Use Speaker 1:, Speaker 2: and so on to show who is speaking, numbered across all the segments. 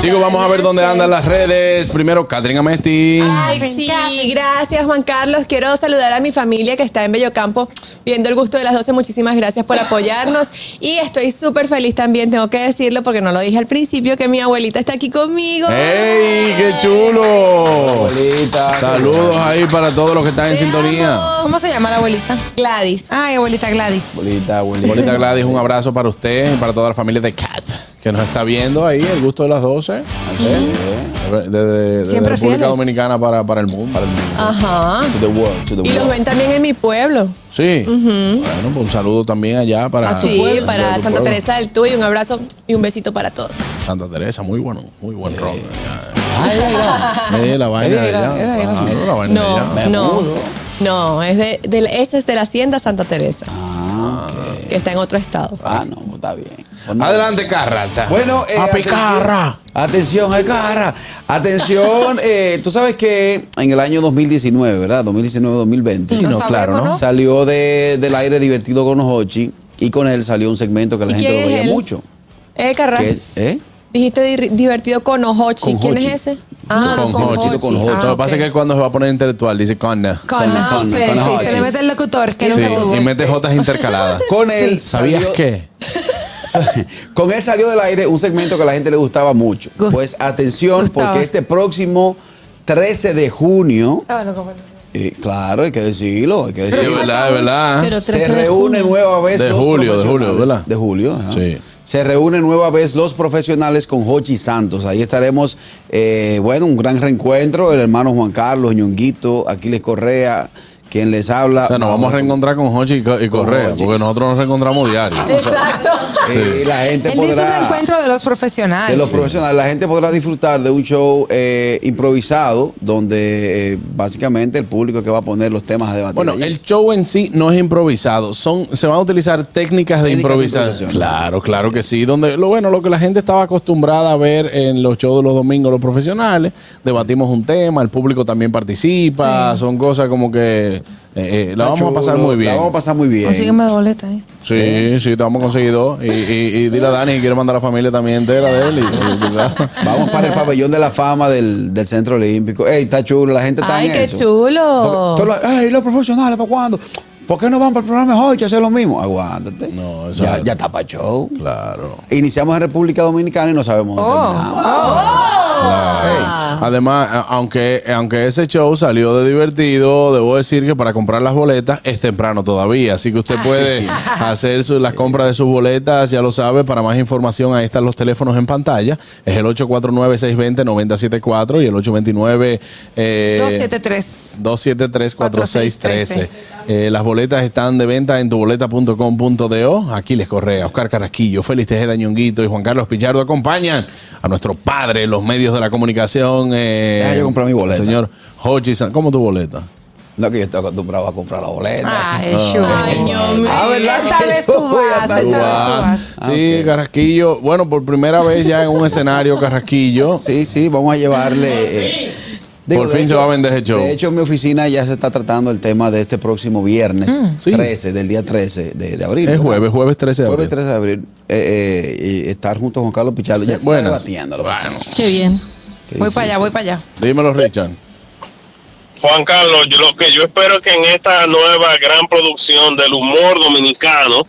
Speaker 1: Chicos, vamos a ver dónde andan las redes. Primero, Catherine Amesti.
Speaker 2: Ay, sí, gracias Juan Carlos. Quiero saludar a mi familia que está en Bellocampo viendo el gusto de las 12. Muchísimas gracias por apoyarnos. Y estoy súper feliz también, tengo que decirlo porque no lo dije al principio, que mi abuelita está aquí conmigo.
Speaker 1: ¿Eh? ¡Ey, qué chulo!
Speaker 3: Abuelita.
Speaker 1: Saludos ahí para todos los que están en
Speaker 2: Te
Speaker 1: sintonía.
Speaker 2: amo,
Speaker 4: ¿Cómo se llama la abuelita?
Speaker 2: Gladys.
Speaker 4: Ay, abuelita Gladys.
Speaker 3: Abuelita, abuelita.
Speaker 1: Bonita Gladys, un abrazo para usted y para toda la familia de Cat que nos está viendo ahí, el gusto de las 12. Desde, desde
Speaker 4: Siempre
Speaker 1: República
Speaker 4: fieles.
Speaker 1: Dominicana para, para el mundo. Para el mundo.
Speaker 2: Ajá.
Speaker 3: To the world, to the
Speaker 2: Y los
Speaker 3: world.
Speaker 2: ven también en mi pueblo.
Speaker 1: Sí. Bueno, pues un saludo también allá para,
Speaker 4: A su
Speaker 2: Sí,
Speaker 4: pueblo,
Speaker 2: para
Speaker 1: Ah, tu
Speaker 2: Santa
Speaker 1: pueblo.
Speaker 2: Teresa del Tuy. Un abrazo y un besito para todos.
Speaker 1: Santa Teresa, muy bueno, muy buen ron. allá.
Speaker 3: Ay, ay, ay.
Speaker 1: Eh, la vaina de
Speaker 3: Es de
Speaker 1: allá.
Speaker 3: allá, es de allá,
Speaker 1: Claro,
Speaker 3: sí.
Speaker 1: la vaina de allá.
Speaker 2: No, no.
Speaker 3: Bermudo.
Speaker 2: No, es de, del- ese es de la Hacienda Santa Teresa,
Speaker 3: Ah, ok.
Speaker 2: que está en otro estado.
Speaker 3: Ah, no, pues está bien. Pues no.
Speaker 1: Adelante, Carraza.
Speaker 3: Bueno, eh,
Speaker 1: a
Speaker 3: atención.
Speaker 1: picarra.
Speaker 3: Atención, ay, carra. Atención, eh, tú sabes que en el año 2019, ¿verdad? 2019-2020.
Speaker 1: Sí, no,
Speaker 4: sabemos,
Speaker 1: claro, ¿no?
Speaker 4: ¿no?
Speaker 3: Salió de- del aire divertido con Ojochi y con él salió un segmento que la
Speaker 2: ¿Y
Speaker 3: gente
Speaker 2: quién
Speaker 3: lo
Speaker 2: es
Speaker 3: veía
Speaker 2: él?
Speaker 3: mucho.
Speaker 2: Eh, Carras,
Speaker 3: Que- ¿eh?
Speaker 2: dijiste dir- divertido con Ojochi.
Speaker 3: Con
Speaker 2: ¿Quién
Speaker 3: Hochi.
Speaker 2: es ese?
Speaker 3: Con Hochi, con Hochi.
Speaker 2: Ah,
Speaker 1: Lo que pasa
Speaker 2: ok.
Speaker 1: es que cuando se va a poner intelectual, dice Conna.
Speaker 4: Con
Speaker 3: Con-
Speaker 4: sí,
Speaker 3: con-
Speaker 4: sí,
Speaker 3: con-
Speaker 4: se le mete el locutor que
Speaker 1: Sí,
Speaker 4: nunca tuvo.
Speaker 1: y mete Jotas intercaladas.
Speaker 3: Con él.
Speaker 1: ¿Sabías
Speaker 3: salió-
Speaker 1: qué?
Speaker 3: Con él salió del aire un segmento que a la gente le gustaba mucho.
Speaker 4: Gust-
Speaker 3: pues atención,
Speaker 4: Gustaba.
Speaker 3: porque este próximo 13 de junio,
Speaker 4: Sábalo, cómo no.
Speaker 3: eh, claro, hay que decirlo, hay que
Speaker 1: Sí, es
Speaker 3: decirlo.
Speaker 1: verdad, es verdad.
Speaker 4: Pero
Speaker 3: Se
Speaker 4: 13 de
Speaker 3: reúne nueva vez
Speaker 1: De
Speaker 3: los
Speaker 1: julio, de
Speaker 3: profesionales.
Speaker 1: julio, ¿verdad?
Speaker 3: De julio, ajá.
Speaker 1: Sí.
Speaker 3: Se reúne nueva vez los profesionales con Jochi Santos. Ahí estaremos, eh, bueno, un gran reencuentro. El hermano Juan Carlos, Ñonguito, Aquiles Correa, quien les habla.
Speaker 1: O sea, nos vamos a reencontrar con Hochi y Co- y Correa,
Speaker 3: Hochi.
Speaker 1: porque nosotros nos reencontramos diario.
Speaker 2: Exacto.
Speaker 3: Eh, la gente
Speaker 4: Él dice un
Speaker 3: podrá.
Speaker 4: encuentro de los profesionales.
Speaker 3: De los profesionales, la gente podrá disfrutar de un show eh, improvisado donde eh, básicamente el público es que va a poner los temas a debatir.
Speaker 1: Bueno,
Speaker 3: allí.
Speaker 1: el show en sí no es improvisado, son se van a utilizar técnicas de
Speaker 3: Técnicas de
Speaker 1: improvisación.
Speaker 3: improvisación.
Speaker 1: Claro, claro que sí, donde lo bueno, lo que la gente estaba acostumbrada a ver en los shows de los domingos los profesionales, debatimos un tema, el público también participa, son cosas como que eh, eh, la
Speaker 3: Está
Speaker 1: vamos a
Speaker 3: chulo,
Speaker 1: pasar muy bien.
Speaker 3: La vamos a pasar muy bien.
Speaker 4: Consígueme boleta
Speaker 2: ¿eh?
Speaker 4: ahí.
Speaker 1: Sí, sí, te vamos a conseguir dos. Y, y, y dile a Dani que quiere mandar a la familia también entera de él. y- y- claro.
Speaker 3: Vamos para el pabellón de la fama del, del Centro Olímpico. Ey, está chulo, la gente está
Speaker 2: Ay,
Speaker 3: en
Speaker 2: qué
Speaker 3: eso.
Speaker 2: chulo.
Speaker 3: Porque todos los- Ey, los profesionales, ¿para cuándo? ¿Por qué no van para el programa de hoy a hacer lo mismo? Aguántate.
Speaker 1: No, eso
Speaker 3: ya,
Speaker 1: es-
Speaker 3: ya está para show.
Speaker 1: Claro.
Speaker 3: Iniciamos en República Dominicana y no sabemos dónde
Speaker 4: Oh.
Speaker 3: terminamos.
Speaker 1: Claro. Además, a- aunque, aunque ese show salió de divertido, debo decir que para comprar las boletas es temprano todavía. Así que usted puede hacer su- las compras de sus boletas, ya lo sabe. Para más información, ahí están los teléfonos en pantalla. Es el 849-620-974 y el 829 eh,
Speaker 4: 273.
Speaker 1: 273-4613. Eh, las boletas están de venta en tuboleta.com.do. Aquí les correa Oscar Carrasquillo, Félix Tejeda Ñonguito y Juan Carlos Pichardo acompañan a nuestro padre, los medios de la comunicación. eh,
Speaker 3: Deja yo comprar mi boleta.
Speaker 1: Señor Hochi San- ¿Cómo tu boleta?
Speaker 3: No, que yo estoy acostumbrado a comprar la boleta.
Speaker 4: Ay, yo.
Speaker 2: Ay, no, mi-
Speaker 3: eh, Ah, ¿verdad?
Speaker 4: Esta
Speaker 3: Que
Speaker 4: vez
Speaker 3: yo
Speaker 4: tú
Speaker 3: voy a
Speaker 4: vas, esta vez tú
Speaker 3: tatuar.
Speaker 4: vas.
Speaker 3: Ah,
Speaker 1: sí,
Speaker 3: ok.
Speaker 1: Carrasquillo. Bueno, por primera vez ya en un escenario, Carrasquillo.
Speaker 3: Sí, sí, vamos a llevarle. eh,
Speaker 1: Por
Speaker 3: de
Speaker 1: fin se va a vender ese show.
Speaker 3: De hecho, en mi oficina ya se está tratando el tema de este próximo viernes, 13, del día 13 de, de abril.
Speaker 1: Mm. Es
Speaker 3: ¿verdad?
Speaker 1: jueves, jueves 13 de abril.
Speaker 3: Jueves 13 de abril. eh, eh, y estar junto con Carlos Pichardo. Ya se está
Speaker 1: Buenas.
Speaker 3: debatiendo lo que
Speaker 1: Bueno,
Speaker 3: sea.
Speaker 4: Qué bien.
Speaker 3: Qué
Speaker 4: Voy para allá,
Speaker 3: difícil.
Speaker 4: voy para allá.
Speaker 1: dímelo, Richard.
Speaker 5: Juan Carlos, yo, lo que yo espero es que en esta nueva gran producción del humor dominicano,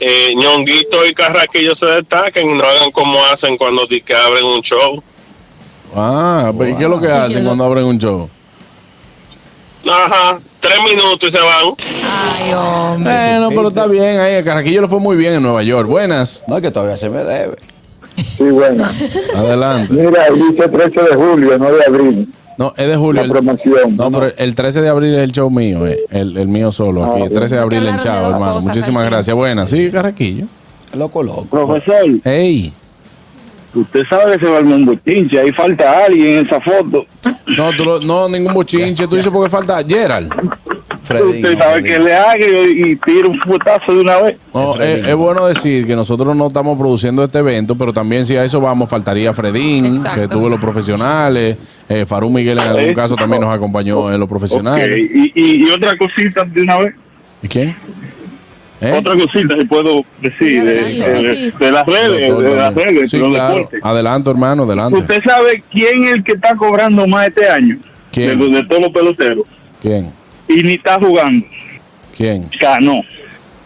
Speaker 5: eh, Ñonguito y Carraquillo se destaquen y no hagan como hacen cuando di- que abren un show.
Speaker 1: Ah, pero ¿y qué es lo que hacen cuando abren un show?
Speaker 5: Ajá, tres minutos y se van.
Speaker 4: Ay, hombre.
Speaker 1: Bueno, pero está bien ahí. A Carraquillo le fue muy bien en Nueva York. Buenas.
Speaker 3: No, es que todavía se me debe.
Speaker 6: Sí, bueno.
Speaker 1: Adelante.
Speaker 6: Mira, dice 13 de julio, no de abril,
Speaker 1: No, es de julio.
Speaker 6: la
Speaker 1: El-
Speaker 6: promoción.
Speaker 1: no, pero el 13 de abril es el show mío. eh. El, el mío solo. Aquí. El 13 de abril en
Speaker 4: Hablaron de
Speaker 1: Chavo,
Speaker 4: dos
Speaker 1: hermano.
Speaker 4: cosas
Speaker 1: Muchísimas
Speaker 4: aquí.
Speaker 1: gracias. Buenas. Sí, Carraquillo.
Speaker 3: Loco, loco.
Speaker 6: Profesor,
Speaker 1: Ey.
Speaker 6: usted sabe que se va al mundo si ahí falta alguien en esa foto.
Speaker 1: No, tú lo- no, ningún bochinche. Tú dices porque falta Gerald.
Speaker 3: Freddy,
Speaker 6: Usted
Speaker 3: no,
Speaker 6: sabe
Speaker 3: Freddy.
Speaker 6: que le haga y, y tira un putazo de una vez.
Speaker 1: No, es, es bueno decir que nosotros no estamos produciendo este evento, pero también si a eso vamos, faltaría Fredín,
Speaker 4: Exacto.
Speaker 1: que tuvo los profesionales, eh, Farú Miguel en algún
Speaker 6: Eh,
Speaker 1: caso también nos acompañó en los profesionales.
Speaker 6: Ok, Y, y, y otra cosita de una vez.
Speaker 1: ¿Y quién? ¿Eh?
Speaker 6: Otra cosita que puedo decir
Speaker 4: Sí,
Speaker 6: de,
Speaker 4: adelante,
Speaker 6: de-
Speaker 4: sí, sí.
Speaker 6: de las redes,
Speaker 1: Doctor
Speaker 6: de las
Speaker 1: también.
Speaker 6: redes,
Speaker 1: Sí,
Speaker 6: de los
Speaker 1: claro.
Speaker 6: deportes.
Speaker 1: Adelante, hermano, adelante.
Speaker 6: ¿Usted sabe quién es el que está cobrando más este año?
Speaker 1: ¿Quién?
Speaker 6: De, los- de todos los peloteros.
Speaker 1: ¿Quién?
Speaker 6: Y ni está jugando.
Speaker 1: ¿Quién?
Speaker 6: Cano.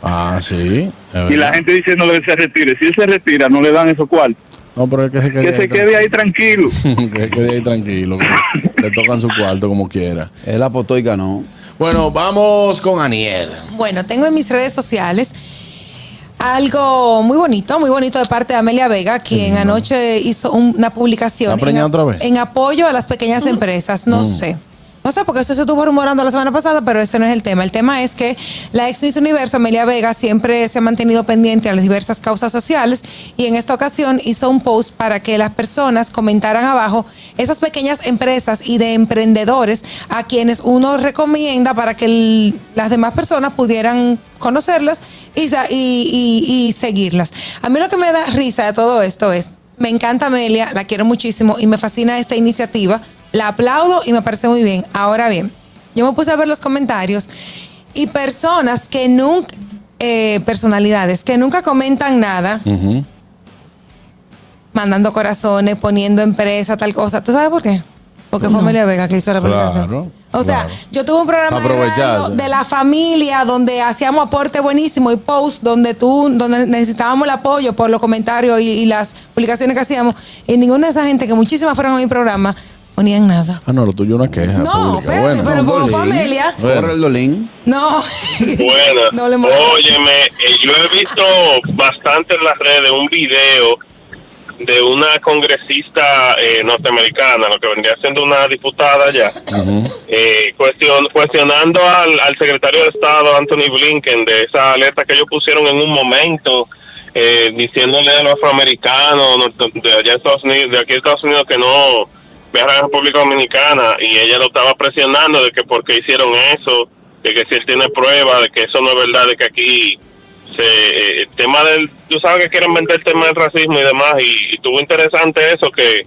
Speaker 1: Ah, sí. es
Speaker 6: Y la
Speaker 1: verdad.
Speaker 6: gente diciéndole que se retire. Si él se retira, no le dan esos cuartos.
Speaker 1: No, pero es que se
Speaker 6: Que
Speaker 1: quede,
Speaker 6: se quede ahí tranquilo.
Speaker 1: tranquilo. que se quede ahí tranquilo. que le tocan su cuarto como quiera.
Speaker 3: Él apostó y ganó.
Speaker 1: Bueno, vamos con Aniel.
Speaker 4: Bueno, tengo en mis redes sociales algo muy bonito, muy bonito de parte de Amelia Vega, quien anoche hizo un- una publicación
Speaker 1: ¿Está preñada
Speaker 4: en,
Speaker 1: otra vez?
Speaker 4: en apoyo a las pequeñas empresas. No sé. No sé, porque eso se estuvo rumorando la semana pasada, pero ese no es el tema. El tema es que la ex Miss Universo, Amelia Vega, siempre se ha mantenido pendiente a las diversas causas sociales y en esta ocasión hizo un post para que las personas comentaran abajo esas pequeñas empresas y de emprendedores a quienes uno recomienda para que el- las demás personas pudieran conocerlas y, sa- y- y- y seguirlas. A mí lo que me da risa de todo esto es, me encanta Amelia, la quiero muchísimo y me fascina esta iniciativa, la aplaudo y me parece muy bien. Ahora bien, yo me puse a ver los comentarios y personas que nunca, eh, personalidades que nunca comentan nada, mandando corazones, poniendo empresa, tal cosa. ¿Tú sabes por qué? Porque fue Amelia Vega que hizo la
Speaker 1: Claro,
Speaker 4: presentación. o sea,
Speaker 1: claro.
Speaker 4: yo tuve un programa de,
Speaker 1: Aprovecharse.
Speaker 4: radio de la familia donde hacíamos aporte buenísimo y post donde tú, donde necesitábamos el apoyo por los comentarios y, y las publicaciones que hacíamos. Y ninguna de esa gente, que muchísimas fueron a mi programa, ponían nada.
Speaker 1: Ah, no, lo tuyo es una queja.
Speaker 4: No,
Speaker 1: pública.
Speaker 4: espérate,
Speaker 1: Bueno.
Speaker 4: pero
Speaker 3: Un
Speaker 4: como
Speaker 3: dolín.
Speaker 4: familia.
Speaker 1: Bueno.
Speaker 3: Corre el dolín.
Speaker 4: No.
Speaker 5: Buenas.
Speaker 4: No le molesta.
Speaker 5: Óyeme, eh, yo he visto bastante en las redes un video de una congresista eh, norteamericana, lo que vendría siendo una diputada ya, eh, cuestion- cuestionando al, al secretario de Estado, Anthony Blinken, de esa alerta que ellos pusieron en un momento, eh, diciéndole a los afroamericanos norte- de allá de Estados Unidos, de aquí de Estados Unidos que no viajar a la República Dominicana y ella lo estaba presionando de que por qué hicieron eso, de que si él tiene pruebas, de que eso no es verdad, de que aquí se, eh, el tema del, tú sabes que quieren vender el tema del racismo y demás, y, y tuvo interesante eso, que,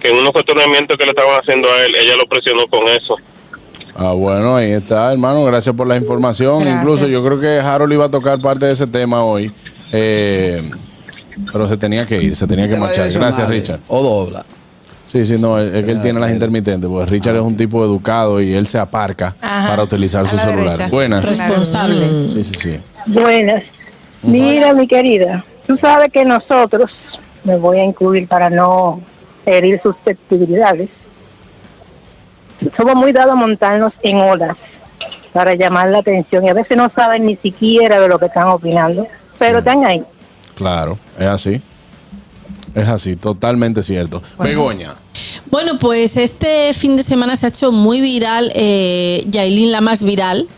Speaker 5: que en unos cuestionamientos que le estaban haciendo a él, ella lo presionó con eso.
Speaker 1: Ah, bueno, ahí está, hermano. Gracias por la información.
Speaker 4: Gracias.
Speaker 1: Incluso yo creo que Harold iba a tocar parte de ese tema hoy. Eh, pero se tenía que ir, se tenía que marchar. Gracias, Richard.
Speaker 3: O dobla.
Speaker 1: Sí, sí, no, es que él tiene las intermitentes, porque Richard es un tipo educado y él se aparca
Speaker 4: Ajá.
Speaker 1: para utilizar
Speaker 4: A
Speaker 1: su
Speaker 4: la
Speaker 1: celular.
Speaker 4: derecha.
Speaker 1: Buenas.
Speaker 4: Claro.
Speaker 7: Responsable.
Speaker 1: Sí, sí, sí.
Speaker 8: Buenas. Mira, mi querida, tú sabes que nosotros, me voy a incluir para no herir susceptibilidades, somos muy dados a montarnos en olas para llamar la atención y a veces no saben ni siquiera de lo que están opinando, pero están ahí.
Speaker 1: Claro, es así. Es así, totalmente cierto. Begoña.
Speaker 7: Bueno, pues este fin de semana se ha hecho muy viral eh, Yailin, la más viral,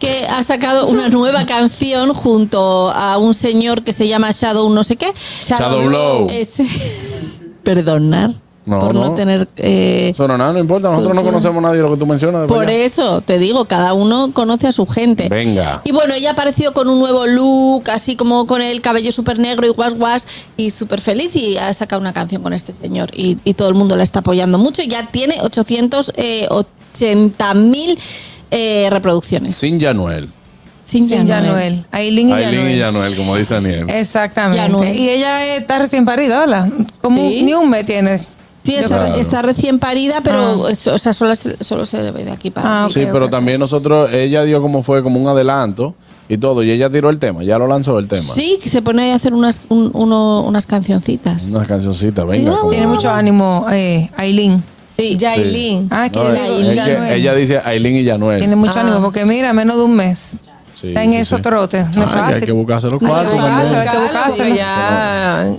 Speaker 7: que ha sacado una nueva canción junto a un señor que se llama Shadow no sé qué.
Speaker 1: Shadow Blow.
Speaker 7: Ese- Perdonar
Speaker 1: No,
Speaker 7: por no,
Speaker 1: no.
Speaker 7: tener... eh,
Speaker 1: Sonora, no importa, nosotros no
Speaker 7: Cultura.
Speaker 1: conocemos a nadie de lo que tú mencionas. de
Speaker 7: por
Speaker 1: verdad.
Speaker 7: eso, te digo, cada uno conoce a su gente.
Speaker 1: Venga.
Speaker 7: Y bueno, ella apareció con un nuevo look, así como con el cabello súper negro y guas guas, y súper feliz, y ha sacado una canción con este señor. Y, y todo el mundo la está apoyando mucho. y Ya tiene 880 mil eh, reproducciones.
Speaker 1: Sin Yanuel.
Speaker 7: Sin,
Speaker 4: Sin Yanuel. Ailín y
Speaker 1: Aileen y
Speaker 4: Yanuel.
Speaker 1: Yanuel, como dice Aniel.
Speaker 4: Exactamente.
Speaker 7: Yanuel.
Speaker 4: Y ella eh, está recién parida, ¿verdad? Como
Speaker 7: Sí.
Speaker 4: ni un mes tiene.
Speaker 7: Sí, está,
Speaker 1: Claro.
Speaker 7: está recién parida, pero
Speaker 4: Ah.
Speaker 7: es- o sea, solo, se- solo se le ve de aquí para
Speaker 4: Ah,
Speaker 7: aquí.
Speaker 1: Sí,
Speaker 4: ok,
Speaker 1: pero
Speaker 4: ok.
Speaker 1: también nosotros, ella dio como fue, como un adelanto y todo, y ella tiró el tema, ya lo lanzó el tema.
Speaker 7: Sí, que se pone a hacer unas, un- uno- unas cancioncitas.
Speaker 1: Unas cancioncitas, venga.
Speaker 7: Sí,
Speaker 1: como-
Speaker 4: Tiene
Speaker 2: Ah.
Speaker 4: mucho ánimo eh, Ailín.
Speaker 7: Sí,
Speaker 1: Yailin.
Speaker 4: Ah, que
Speaker 1: No,
Speaker 4: digo,
Speaker 1: es que
Speaker 4: Yanuel.
Speaker 1: ella dice Aileen y Yanuel.
Speaker 4: Tiene mucho
Speaker 7: Ah.
Speaker 4: ánimo porque mira, menos de un mes.
Speaker 1: Sí,
Speaker 4: está en
Speaker 1: sí,
Speaker 4: esos
Speaker 1: sí.
Speaker 4: trotes. No es
Speaker 1: Ay,
Speaker 4: fácil.
Speaker 1: Hay que buscarse los
Speaker 4: Hay que
Speaker 1: cuatro.
Speaker 4: buscarse,
Speaker 1: también.
Speaker 4: hay que buscarse.
Speaker 2: Pero ya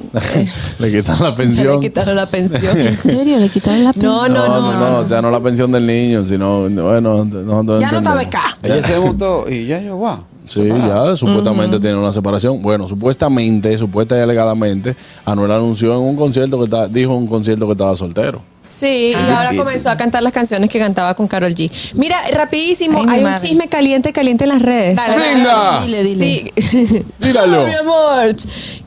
Speaker 1: Le quitan la
Speaker 2: se le
Speaker 1: pensión.
Speaker 2: quitaron la pensión.
Speaker 7: ¿En serio? ¿Le quitaron la
Speaker 2: No,
Speaker 7: pinta?
Speaker 2: no, no.
Speaker 1: no, no, o sea, no la pensión del niño, sino, bueno, nosotros
Speaker 4: Ya no está
Speaker 1: entendemos.
Speaker 4: becada.
Speaker 3: Ella se montó y ya yo va.
Speaker 1: Sí, ya supuestamente tiene una separación. Bueno, supuestamente, supuesta y alegadamente, Anuel anunció en un concierto que está, dijo en un concierto que estaba soltero.
Speaker 2: Sí, y
Speaker 4: Ah,
Speaker 2: ahora
Speaker 3: sí.
Speaker 2: comenzó a cantar las canciones que cantaba con Carol G. Mira, rapidísimo,
Speaker 4: Ay, mi
Speaker 2: hay un
Speaker 4: madre.
Speaker 2: chisme caliente, caliente en las redes.
Speaker 4: Dale, dale,
Speaker 1: Linda.
Speaker 7: Dile, dile.
Speaker 2: Sí.
Speaker 1: Míralo.
Speaker 2: Mi amor.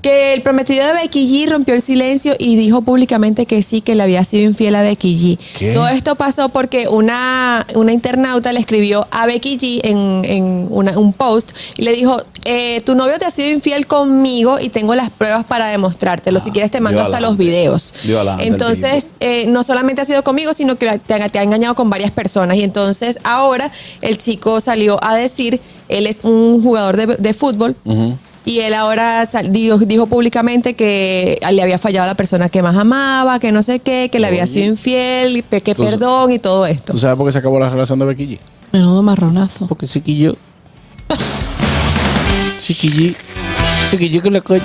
Speaker 2: Que el prometido de Becky G rompió el silencio y dijo públicamente que sí, que le había sido infiel a Becky G.
Speaker 1: ¿Qué?
Speaker 2: Todo esto pasó porque una, una internauta le escribió a Becky G en, en una- un post y le dijo, eh, tu novio te ha sido infiel conmigo y tengo las pruebas para demostrártelo. si quieres te mando
Speaker 3: Dios
Speaker 2: hasta los
Speaker 3: alante.
Speaker 2: videos.
Speaker 3: Dios alante el
Speaker 2: Entonces, eh, no solamente ha sido conmigo, sino que te ha, te ha engañado con varias personas. Y entonces ahora el chico salió a decir, él es un jugador de, de fútbol. Y él ahora sal- dijo, dijo públicamente que le había fallado a la persona que más amaba, que no sé qué, que le había sido infiel, que, que
Speaker 1: Tú-
Speaker 2: perdón y todo esto.
Speaker 1: ¿Tú sabes por qué se acabó la relación de Becky G?
Speaker 7: Menudo marronazo.
Speaker 1: Porque chiquillo. Chiquillo. Chiquillo con la coche.